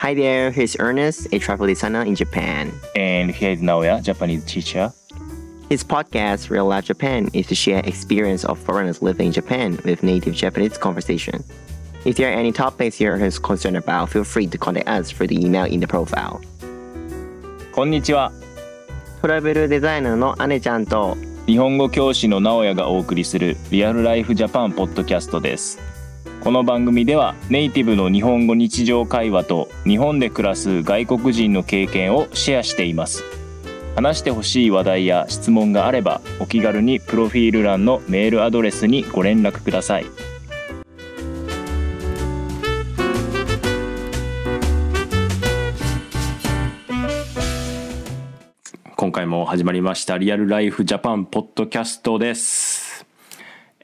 Hi there, here's Ernest, a travel designer in Japan. And here is Naoya, Japanese teacher. His podcast, Real Life Japan, is to share experience of foreigners living in Japan with native Japanese conversation. If there are any topics you're concerned about, feel free to contact us through the email in the profile. こんにちは。トラベルデザイナーの姉ちゃんと日本語教師の直哉がお送りするリアルライフジャパンポッドキャストです。この番組ではネイティブの日本語日常会話と日本で暮らす外国人の経験をシェアしています。話してほしい話題や質問があればお気軽にプロフィール欄のメールアドレスにご連絡ください。今回も始まりましたリアルライフジャパンポッドキャストです。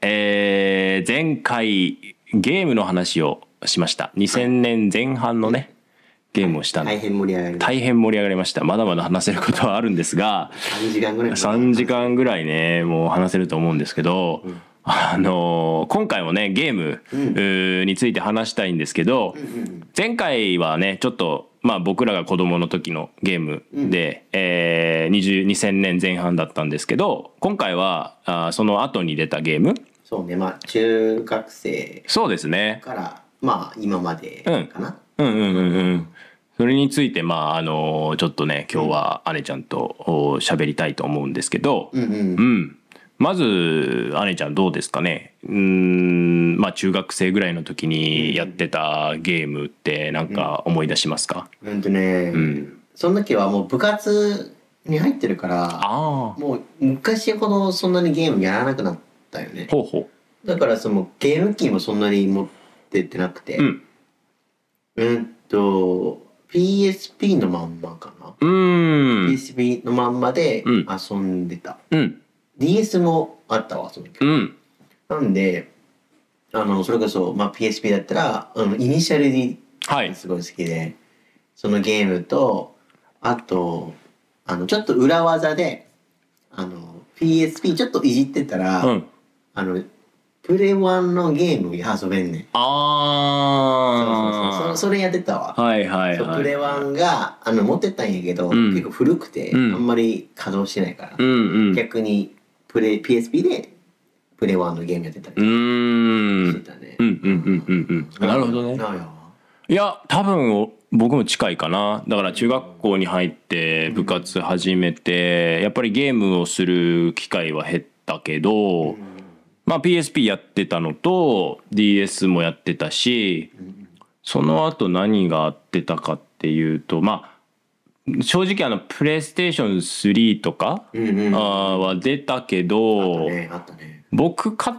えー前回ゲームの話をしました。2000年前半のね、ゲームをしたんで、大変盛り上がりまし大変盛り上がりました。まだまだ話せることはあるんですが、た。3時間ぐらい。 3時間ぐらいね、もう話せると思うんですけど、あのー今回もね、ゲーム、うーについて話したいんですけど、前回はね、ちょっと、まあ僕らが子供の時のゲームで、えー20 2000年前半だったんですけど、今回は、あーその後に出たゲームそうね、まあ、中学生そうですね。から、まあ、今までうんかな。うんうんうんうん。それについて、まあ、あのーちょっとね、今日は姉ちゃんとお喋りたいと思うんですけど、うんうん。うん。まず、姉ちゃんどうですかねうーん、まあ中学生ぐらいの時にやってたゲームってなんか思い出しますか、うんとね、んその時はもう部活に入ってるから、ああ、もう昔ほどそんなにゲームやらなくなったよね。ほうほだからそのゲーム機もそんなに持ってってなくて、う。うん。うんと、PSP のまんまかな。うーん。 PSP のまんまでうん遊んでた。うん。 DS もあったわ、その時。うん。なんで、あの、それこそ、まあ、PSP だったら、あのイニシャル D はい。すごい好きで、そのゲームと、あと、あの、ちょっと裏技で、あの、PSP ちょっといじってたら、うん。あの、プレワンのゲームが遊べんねん。そうそうそう。あそれやってたわ。あ。はいはいそうはプレい。ワンが、あの、持ってたんやけど、うん結構古くて、うんあんまり稼働してないから、うんうん。う逆にプレ、PSP で、プレワンのゲームやってたりーしんて。たね。うんうんうんうんうん。なるほどね。なるほいや多分お僕も近いかなだから中学校に入って部活始めて、やっぱりゲームをする機会は減ったけど、まあ PSP やってたのと DS もやってたし、その後何があってたかっていうとまあ正直あのプレイステーション3とか、ど。うんうん。ああっーは出たけたどね、あったね。僕買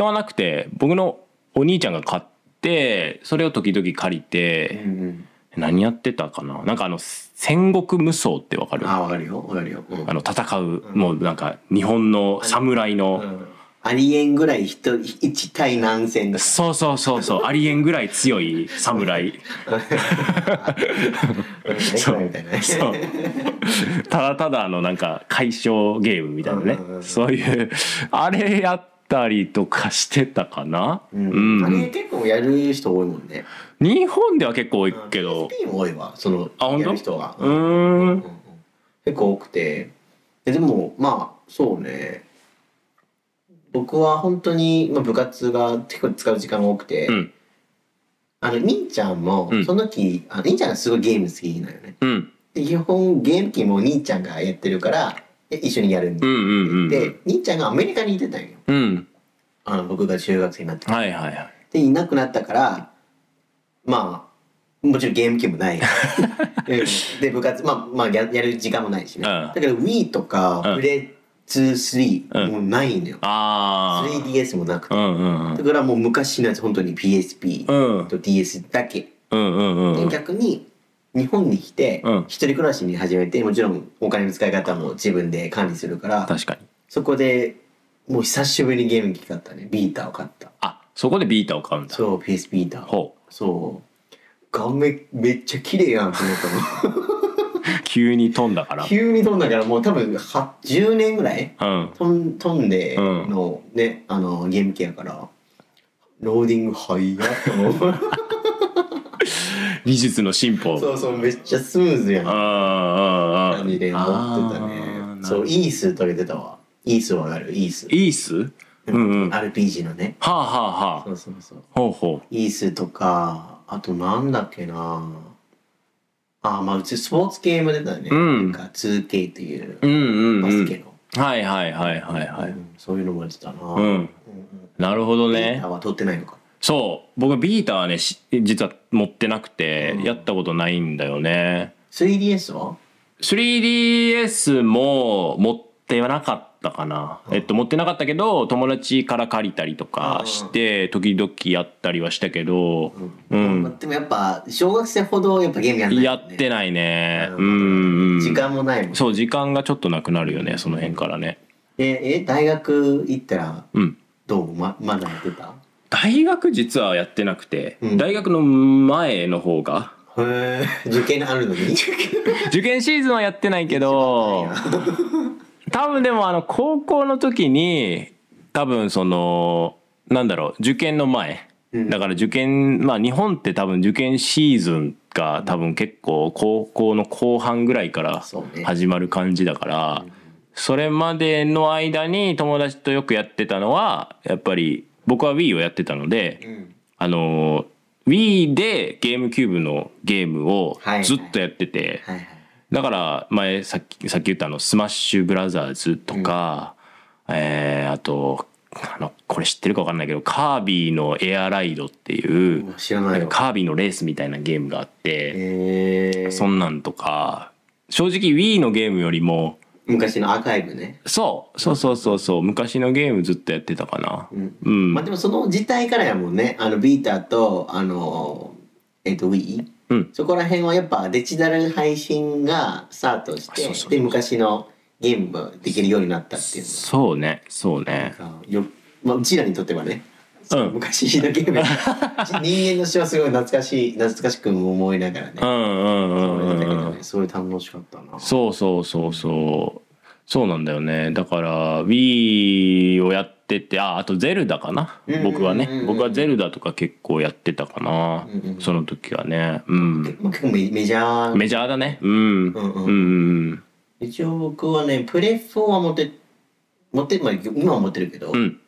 わなくて僕のお兄ちゃんが買ってそれを時々借りて。うんうん。何やってたかななんかあの戦国無双ってわかるああ、わかるよ、わかるよ。うんの戦う、もうなんか日本の侍の、うんありえんぐらい人、一対何千だ。そうそうそう そうありえんぐらい強い侍うんそうみたいなね。そう ただただあのなんか解消ゲームみたいなね、うんうんうんそういうあれやったりとかしてたかな、うんうんあれ結構やる人多いもんね。日本では結構多いけど、 PSP も多いわ、その、あ本当やる人が。うーん結構多くてででもまあそうね僕は本当にまあ部活が結構使う時間が多くて、うんあの兄ちゃんもうんその時、あの兄ちゃんがすごいゲーム好きなのよねうんで基本ゲーム機も兄ちゃんがやってるからえ一緒にやるんうで、んうんうんで兄ちゃんがアメリカにいてたんようんあの僕が中学生になってはいはいはいでいなくなったからまあもちろんゲーム機も ないうんで部活まあ、まあ、ややる時間もないしね、うんだから Wii とかうんプレう23んもうないのよ、ああ 3DS もなくて、うんうんうんだからもう昔のやつ本当に PSP うんと DS だけ、うんうんうんうんで逆に日本に来てうん一人暮らしに始めてもちろんお金の使い方も自分で管理するから確かにそこでもう久しぶりにゲーム機買ったねビーターを買ったあそこでビータを買うんだそう PSP ビーターほうそう。顔面めっちゃ綺麗やんと思った急に飛んだ かの。ら急に飛んだからもう多分は10年ぐらいうん飛ん飛んでうんのね、 あのゲーム機やから、ローディング早っと思う。技術の進歩そうそうめっちゃスムーズやあなあああ感じで持ってたねそうイースとか出てたわイースわかるイースイースうんうんは RPG のねあはあはあそうそうそうほうほイースとかあとなんだっけなあまあうちスポーツ系も出たね、うんなんか 2K というううんうんバうスんケの、はいはいはいはいはういんそういうのも出てたな、ううんんなるほどねあは取ってないのかそう僕ビーターはねし実は持ってなくてやったことないんだよね 3DS は 3DS も持ってなかったかな、えっと持ってなかったけど友達から借りたりとかして時々やったりはしたけどうまあん、でもやっぱ小学生ほどやっぱゲームやんないもやんね、ってないねなるほうどんうん時間もないもんそう時間がちょっとなくなるよねその辺からねええ大学行ったらうんどうままだやってた大学実はやってなくて、うん大学の前の方がへえ受験あるのに 受験シーズンはやってないけど多分でもあの高校の時に多分そのなんだろう受験の前、うんだから受験まあ日本って多分受験シーズンが多分結構高校の後半ぐらいからそうね始まる感じだからそれまでの間に友達とよくやってたのはやっぱり僕は Wii をやってたので、うんあの Wii でゲームキューブのゲームをはいはいずっとやってて、はいはいだから前さっきさっき言ったあのスマッシュブラザーズとか、えーあとあのこれ知ってるか分かんないけどカービィのエアライドっていう知らなないんよかカービィのレースみたいなゲームがあって、へえそんなんとか正直 Wii のゲームよりも昔のアーカイブね、そうそうそうそうそう昔のゲームずっとやってたかな。うんうんまあでもその時代からやもんねあのビーターとあのえっと Wii、うんそこら辺はやっぱデジタル配信がスタートしてあそうそうそうで昔のゲームができるようになったっていうのそうねそうねなんかよ、まあ、うちらにとってはね、うん昔のゲ ーム人間の死はすごい懐かしい懐かしくも思いながらねう、んうんうそんれうだけんうどんねすごい楽しかったなそうそうそうそうそうなんだよねだから Wii をやっててああとゼルダかなうんうんうん僕はね僕はゼルダとか結構やってたかなうんうんうんその時はねうんまあ、結構メメジャーメジャーだねうんうんうんうんうん一応僕はねプレ4は持って持って、まあ、今は持ってるけど、うん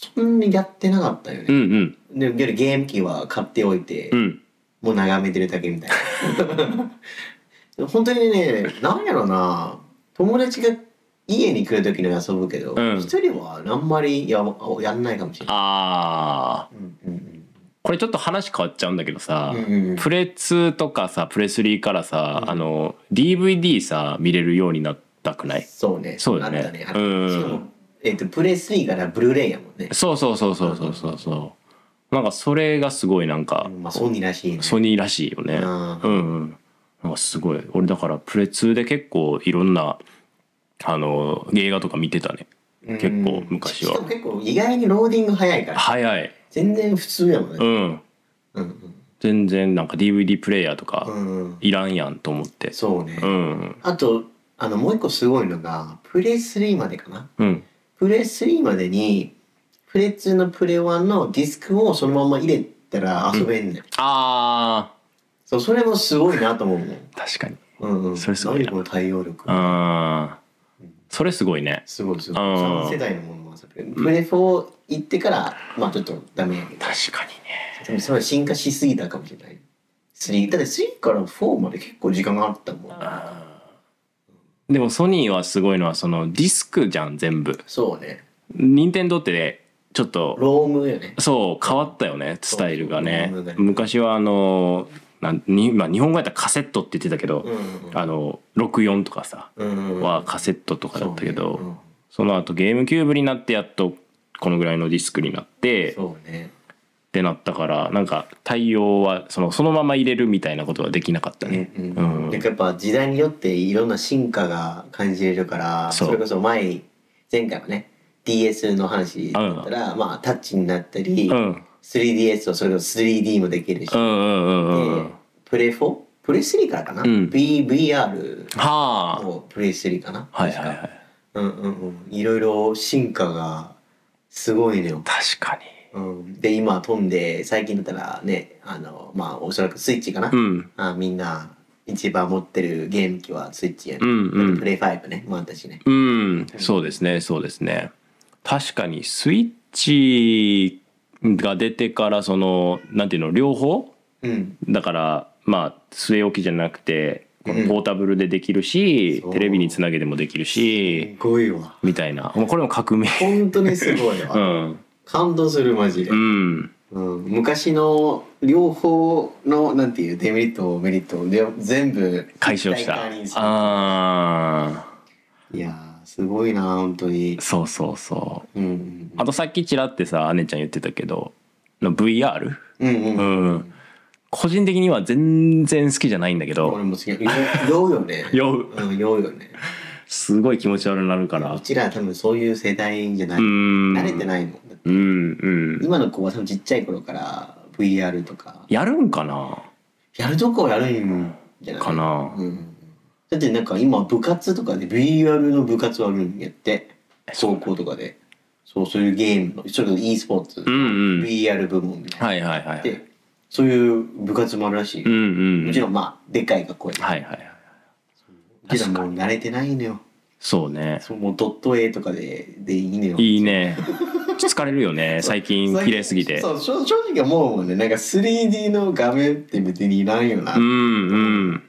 そんなにやってなかったようんうね、んで夜ゲーム機は買っておいて、うんもう眺めてるだけみたいな本当にねなんやろな友達が家に来る時に遊ぶけど一、うん人はあんまりややんないかもしれないああうんうんこれちょっと話変わっちゃうんだけどさうんうんうんプレ2とかさプレ3からさあの DVD さ見れるようになったくないそうねそうだよねあったねあったうんしかも、えっとプレス3からブルーレイやもんね、そうそうそうそうそうそうそうなんかそれがすごいなんかまあ、ソニーらしいねソニーらしいよねうんうんうんなんかすごい俺だからプレ2で結構いろんなあの映画とか見てたね結構し昔かもは結構意外にローディング早いから早い全然普通やもんね、うんうんうん全然なんか DVD プレイヤーとうかんうん、いらんやんと思ってそうね、うんあとあのもう一個すごいのがプレス3までかなうんプレ3までにプレ2のプレ1のディスクをそのまま入れたら遊べんねん、あそうそれもすごいなと思うも ん、ー確かにうんうん、それすごいな何この対応力あーそれすごいねすごいすごいうん3世代のものも遊べるプレ4行ってからまあちょっとダメやけど確かにねでもそれは進化しすぎたかもしれない3だって3から4まで結構時間があったもんでもソニーはすごいのはそのディスクじゃん全部そうね任天堂ってねちょっとローム よねそう変わったよねスタイルがねそうそう昔はあのなんに、まあ、日本語やったらカセットって言ってたけど、うんあの64とかさ、うんうんはカセットとかだったけどそ,、そうね,、の後ゲームキューブになってやっとこのぐらいのディスクになってっそうねてなったからなんか対応はそのそのまま入れるみたいなことはできなかったね。うんううんんなんかやっぱ時代によっていろんな進化が感じれるからそうそれこそ前前回はね DS の話だったら、まあタッチになったり、うん 3DS はそれこそ 3D もできるし、うんうんうんうんうんでプレ 4? プレ3からかな、うん BVR はあもプレ3かなはいはいはい確かうんうんうんいろいろ進化がすごいのよ確かにうん、で今飛んで最近だったらねあのまあおそらくスイッチかな、うんあみんな一番持ってるゲーム機はスイッチやね、うんうんプレイ5ねもあったしねうん、そうですね、そうですね。確かにスイッチが出てからそのなんていうの両方うんだからまあ据え置きじゃなくてこうのんポータブルでできるし、そうテレビにつなげてもできるし、すごいわみたいなもうこれも革命。本当にすごいわ、うん、感動するマジで、うん、うん、昔の両方のなんていうデメリットメリットを両全部解消し一た体化に。するあいやーすごいな本当にあ、そうそうそう。うんうんあとさっきちらってさ姉ちゃん言ってたけど、の VR。うんうんうん、うん。個人的には全然好きじゃないんだけど俺、も好き酔うよね 酔ううん、酔うよねすごい気持ち悪くなるからう。ちらは多分そういう世代じゃない、うん。慣れてないもんだってうんうん。今の子は多分ちっちゃい頃から VR とかやるんかなやるとこはやるんじゃないか、なうん、だってなんか今部活とかで VR の部活あるんやって高校とかでそうそういうゲームのそれこそ e スポーツ、うんうん。 VR 部門みたいな、はいはいはい。でそういう部活もあるらしい、うんうん。もちろんまあでっかい学校や、はいはいはい。うちらもう慣れてないのよそうね。そうもうドット A とかででいいのよいいね。疲れるよ ね。最近綺麗すぎて。そう正正直思うもんねなんか 3D の画面って別にいらんよな、うんうん。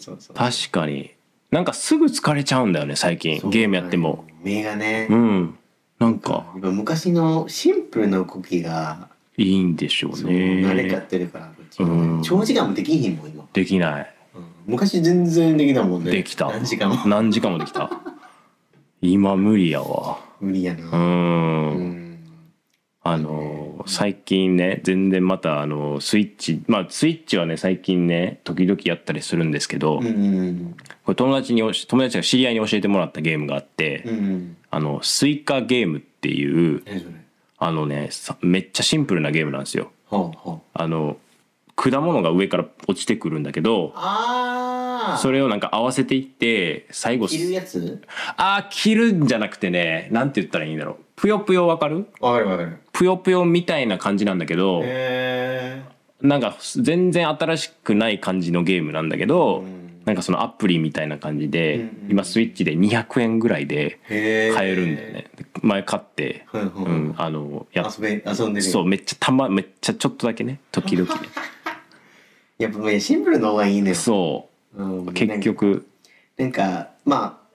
そうそう確かに。なんかすぐ疲れちゃうんだよね、最近。ゲームやっても。目がね、うん。なんか、やっぱ昔のシンプルな動きがいいんでしょうそう慣れちゃっね。てるからこっちはうん長時間もできひんもん今、できない。うん昔全然できたもんねできた。何時間も何時間もできた。今無理やわ。無理やう。なうんんあのー最近ね全然またあのースイッチまあスイッチはね最近ね時々やったりするんですけど、うんうんこれ友達に教え友達が知り合いに教えてもらったゲームがあって、うんうんあのスイカゲームっていう何それあのねさめっちゃシンプルなゲームなんですよ。ほうほうあの果物が上から落ちてくるんだけどああそれをなんか合わせていって最後着るやつあー切るんじゃなくてねなんて言ったらいいんだろうぷよぷよわかるわかるわかるぷよぷよみたいな感じなんだけど、へなんか全然新しくない感じのゲームなんだけど、うんなんかそのアプリみたいな感じで、うんうん今スイッチで200円ぐらいでえ買えるんだよね、前買って、はいはいはいうん、あのや遊べ遊んでるそうめっちゃたまめっちゃちょっとだけね時 々ねやっぱねシンプルの方がいいのよそうんう結局なんかまあ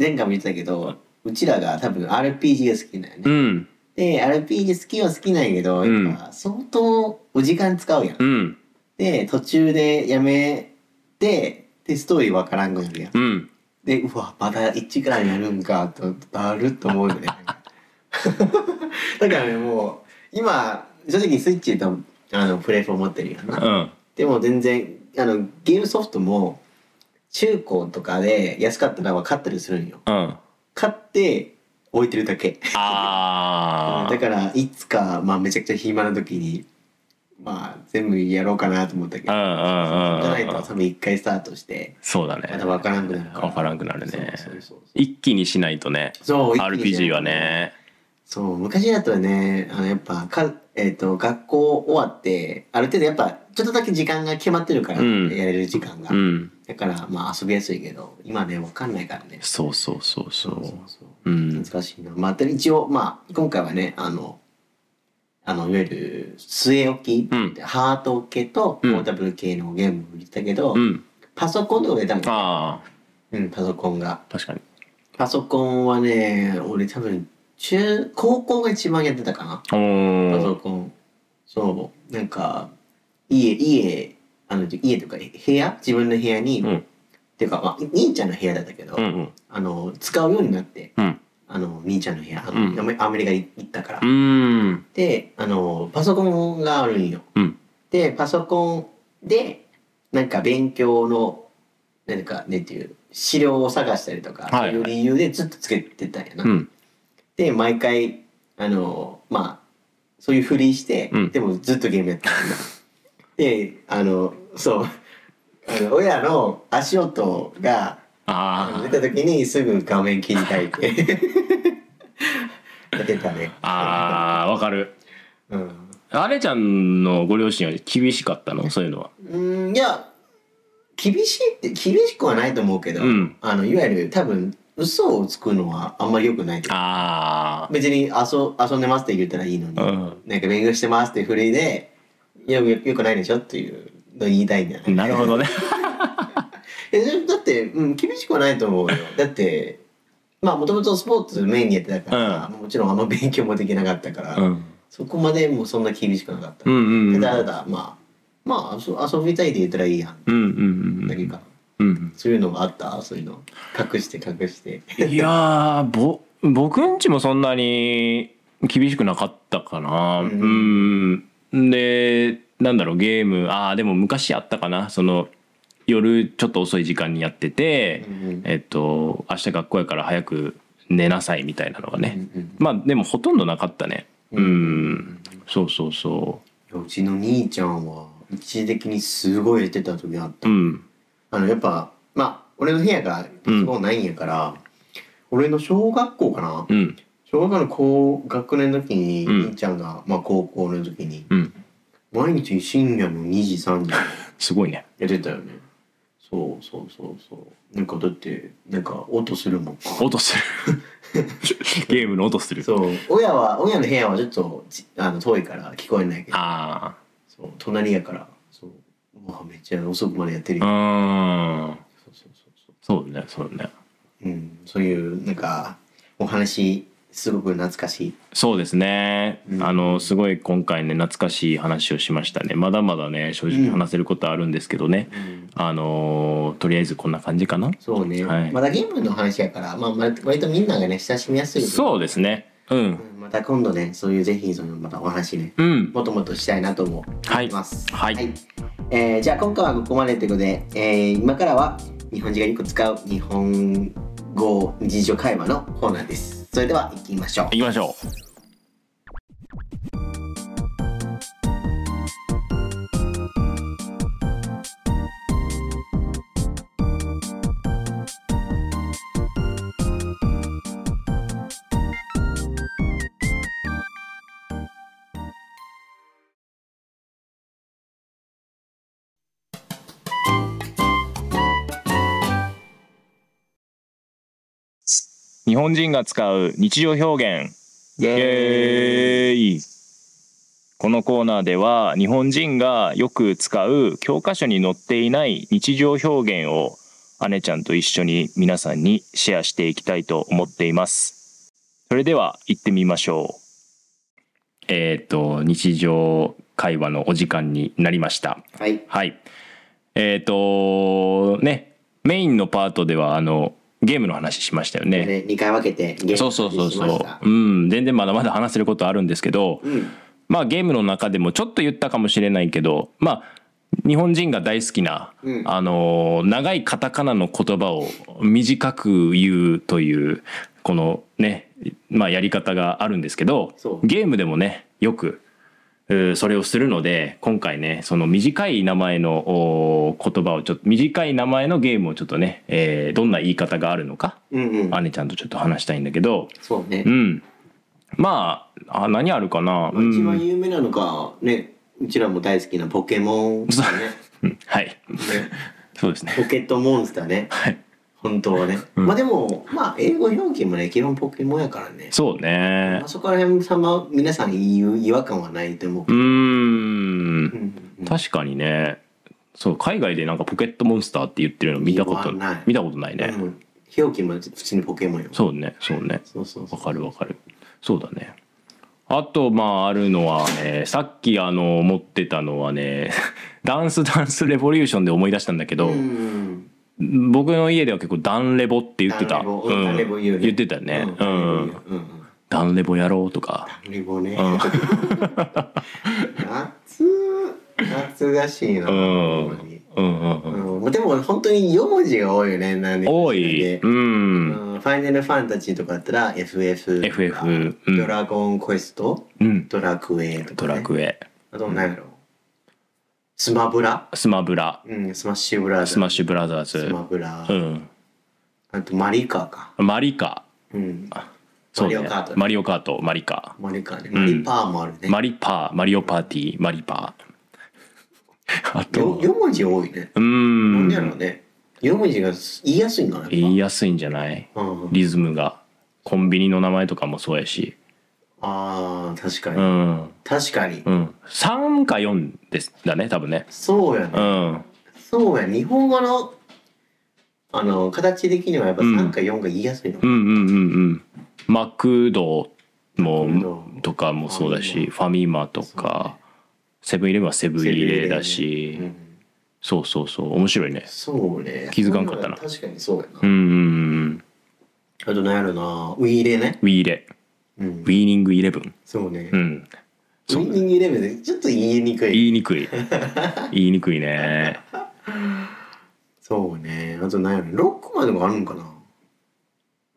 前回も言ってたけどうちらが多分 RPG が好きなんよね、うんで RPG 好きは好きなんやけどうんやっぱ相当お時間使うやん、うんで途中でやめてでストーリーわからんくなるやんうんでうわまだ1時間やるんかとだるっと思うよねだからねもう今正直スイッチとあのプレイフォー持ってるやんなうんでも全然あのゲームソフトも中古とかで安かったら買ったりするんようん買って置いてるだけあだーからいつか、まあ、めちゃくちゃ暇な時にまあ全部やろうかなと思ったけどうじんうんゃうんないうんうとん多分一回スタートしてそうだねまだ分からんくなるから分からんくなるねそうそうそう一気にしないとねそう一気にね RPG はねそう昔だったらねあのやっぱか、えー、と学校終わってある程度やっぱちょっとだけ時間が決まってるから、うんやれる時間が、うんだからまあ遊びやすいけど今ね分かんないからねそうそうそうそそううそううん難しいな、まあ、でも一応まあ今回はねあのあのいわゆる据え置き、うんハート系とポうんータブル系のゲームを言ったけど、うんパソコンとか出たもん、ああうん、パソコンが確かにパソコンはね俺多分中高校が一番やってたかなおパソーコンそうなんか家家あの家とか部屋自分の部屋に、うんっていうか、まあ、兄ちゃんの部屋だったけど、うんうんあの使うようになってうんあの兄ちゃんの部屋あの、うんアメアメリカ行ったから、うんであのパソコンがあるんようんでパソコンでなんか勉強のなんかねっていう資料を探したりとか、はいはいそういう理由でずっとつけてたんやな、うんで毎回あのまあそういうふりして、うんでもずっとゲームやってたんだであのそうあの親の足音が出あた時にすぐ画 面切り替えてやってたねああーわかるうんあれちゃんのご両親は厳しかったのそういうのは。うんいや厳しいって厳しくはないと思うけど、うんあのいわゆる多分嘘をつくのはあんまり良くないとあ別に遊遊んでますって言ったらいいのに、あ。うん。なんか勉強してますってふりでよくよくないでしょっていうのを言いたいんだよねなるほどね。えでもだって、うん、厳しくはないと思うよだってまあもともとスポーツメインにやってたから、もちろんあんま勉強もできなかったから、うん。そこまでもうそんな厳しくなかった、うんうんうん。ただただまあまあ遊遊びたいって言ったらいいやんうんうんうだけんか、うん。そういうのがあったそういうの隠して隠していやーぼ僕んちもそんなに厳しくなかったかな。うん。でなんだろうゲームああでも昔あったかなその夜ちょっと遅い時間にやってて、うんえっと明日学校やから早く寝なさいみたいなのがね、うんまあでもほとんどなかったねうん、そうそうそうんうちの兄ちゃんは一時的にすごい出てた時あったううんあのやっぱまあ俺の部屋がパソコンないんやから、俺の小学校かなうん小学校の高学年の時に、うん兄ちゃんが、まあ、高校の時にうん毎日深夜の2時3時すごいねやってたよねそうそうそうそうなんかだってなんか音するもん音す るゲームの音するそう親は親の部屋はちょっとちあの遠いから聞こえないけどあそう隣やからそうまあめっちゃ遅くまでやってるあうよ、ーんそうそうそうそそうねそうねううんそういうなんかお話すごく懐かしいそうですね、うんあのすごい今回ね懐かしい話をしましたねまだまだね正直話せることあるんですけどね、あのーとりあえずこんな感じかなそうね、はいまだゲームの話やから、まあ、割割とみんながね親しみやすいそうですねうんうん、また今度ねそういうぜひそのまたお話ねうんもっともっとしたいなと思はいいます。はいえーじゃあ今回はここまでということで、えー今からは日本人がよく使う日本語日常会話のコーナーです。それでは行きましょう。行きましょ日本人が使う日常表現イイエーイこのコーナーでは日本人がよく使う教科書に載っていない日常表現を姉ちゃんと一緒に皆さんにシェアしていきたいと思っていますそれでは行ってみましょうえっ、と日常会話のお時間になりましたはい。はい。えっ、とね、メインのパートではあのゲームの話しましたよね。で二回分けてゲームそうそうそうしまそしたう。うん、全然まだまだ話せることあるんですけど、うん。まあゲームの中でもちょっと言ったかもしれないけど、まあ日本人が大好きな、うんあの長いカタカナの言葉を短く言うというこのね、まあやり方があるんですけどそ、うゲームでもねよくえーそれをするので今回ねその短い名前のおー言葉をちょっと短い名前のゲームをちょっとね、えーどんな言い方があるのかうんうん。姉ちゃんとちょっと話したいんだけどそうねう。んまああ何あるかな、まあうん一番有名なのがね、うちらも大好きなポケモン、ね。うんはいねそうですねポケットモンスターね。 はい本当はね。まあでもまあ英語表記もね基本ポケモンやからね。そうねあそこら辺様皆さん言う違和感はないと思ううー。うんんうん確かにねそう海外でなんかポケットモンスターって言ってるの見たこと言わない見たことないね、うん表記も普通にポケモンよ。そうねそうねそうそうそわう。かるわかるそうだねあとまああるのは、ね、さっきあの持ってたのはね 「ダンスダンスレボリューション」で思い出したんだけど、うん僕の家では結構「ダンレボ」って言ってダたンレボうんダンレボ言うね言ってたよねうんダンレボうん、言ううんうんダンレボやろうとかダンレボね。夏夏らしいな。ほうんんうんまにうんううんんでも本当に四文字が多いよね。なんで多いでうんうんファイナルファンタジーとかだったら FF とか FF うんドラゴンクエストうんドラクエとか、ね、ドラクエあと何やろスマブラスマブラうんスマッシュブラザースマッシュブラザースズマブラ、うんあとマリカかマリカうんそうマリオカートねマリオカートマリカマリカーねマリパーもあるね、マリパーマリオパーティーマリパー あとよは四文字多いねうなんでやろんうね四文字が言いやすいんかなやっぱ言いやすいんじゃないうん、リズムがコンビニの名前とかもそうやしあー確かに、うん確かにうん3か4ですだね多分ねそうやね、うんそうや日本語のあの形的にはやっぱうん3か4が言いやすいの、うんうんうんうんマクドマクドもとかもそうだしファミマとかセブンイレブンはセブンイレだしうんそうそうそう面白いねそうね気づかんかったな確かにそうやな、うんうんうんあと何やろなウィーレねウィーレうんウィーニングイレブンそうね、うウんそうィーニングイレブンでちょっと言いにくい言いにく い言いにくいねそうねあと何やろロックマンでもあるんかな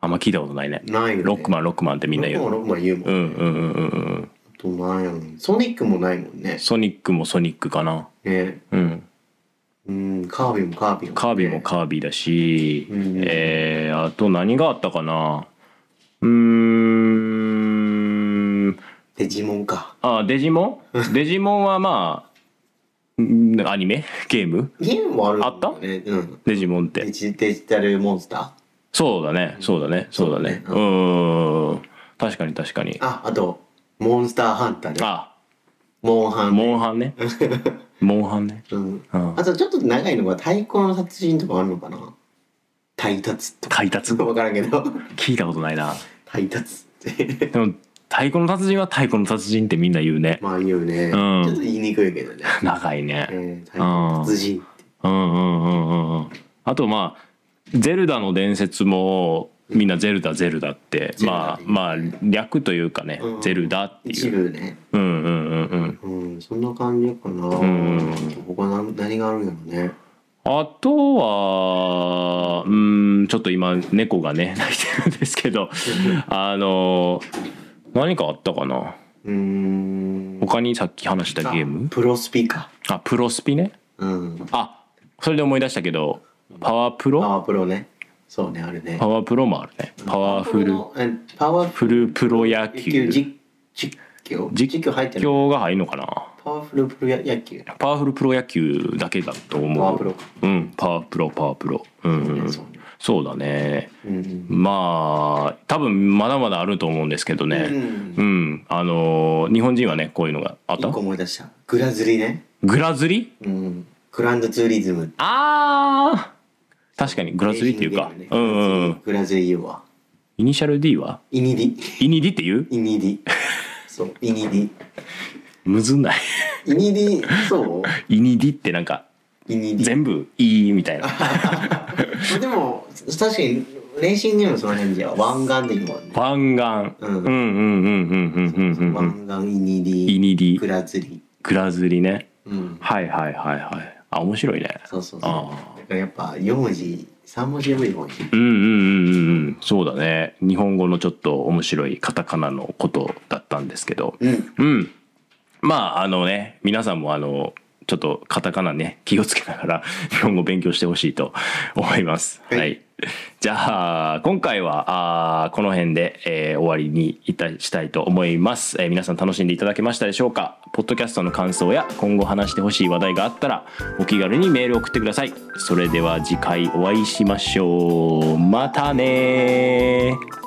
あんま聞いたことないねないよ、ね、ロックマンロックマンってみんな言うロックマンロックマン言うも、うんんうんうんうんうんあと何やろソニックもないもんねソニックもソニックかなねうんうんカービィもカービィも、ね、カービィもカービィだし、うんえーあと何があったかなうーんデジモンかあデジモ ンデジモンはまあんアニメゲームゲームもあるもん、あったねうんデジモンっデてジデジタルモンスターそうだねそうだねそうだねうそうだねーん確かに確かにああとモンスターハンターねあモンハンねモンハン ねモンハンねうんうんあとちょっと長いのが太鼓の達人とかあるのかな太達とか開達分からんけど 聞いたことないな太達ってでも太鼓の達人は太鼓の達人ってみんな言うね まあ言うね、うんちょっと言いにくいけどね、長いねえー、太鼓の達人ってうんうんうんうんうんあとまあ「ゼルダの伝説」もみんな「ゼルダゼルダ」ってゼルまダあまあ略というかねう「んゼルダ」って一いう部ねうんうんうんうんうんそんな感じかな、ん他何何があるんやろねあとはうんちょっと今猫がね 泣いてるんですけどあの何かあったかなうーん他にさっき話したゲームあプロスピかあプロスピねうんあそれで思い出したけどパワープロパワープロねそうねあるねパワープロもあるねパワフパワープロルのえパワフフルプロ野ル野球球実実況実実況入ってる況が入るのかなパワフルプロ野球パワフルプロ野球だけだと思うパワープロかうんパワープロパワープロうん、うん、そうねそうだねうんまあ多分まだまだあると思うんですけどうねんうん、あのー日本人はねこういうのがあっ一た個思い出したグラズリねグラズリうんグランドツーリズムあー確かにグラズリっていうか、レーシングゲうーんムうんうねんグラズリ言うわイニシャル D はイニディイニディっていうイニディそうイニディむずない イニディそうイニディってなんかイニディ全部いいみ たいなでも確かにレーシングゲームその辺では湾岸でいいもんね湾岸うんうんうんうんうんうんうんうん湾岸イニディイニデグィラズリグラズリねうんはいはいはいはいあ面白いねそうそうそうああだからやっぱ4文字3文字でもいい方がいいうんうんうんうんうんそうだね日本語のちょっと面白いカタカナのことだったんですけどうんうんまああのね皆さんもあのちょっとカタカナね気をつけながら 日本語勉強してほしいと思いますは、はいいじゃあ今回はあーこの辺で、えー終わりにいたしたいと思います、えー皆さん楽しんでいただけましたでしょうかポッドキャストの感想や今後話してほしい話題があったらお気軽にメールを送ってくださいそれでは次回お会いしましょうまたねー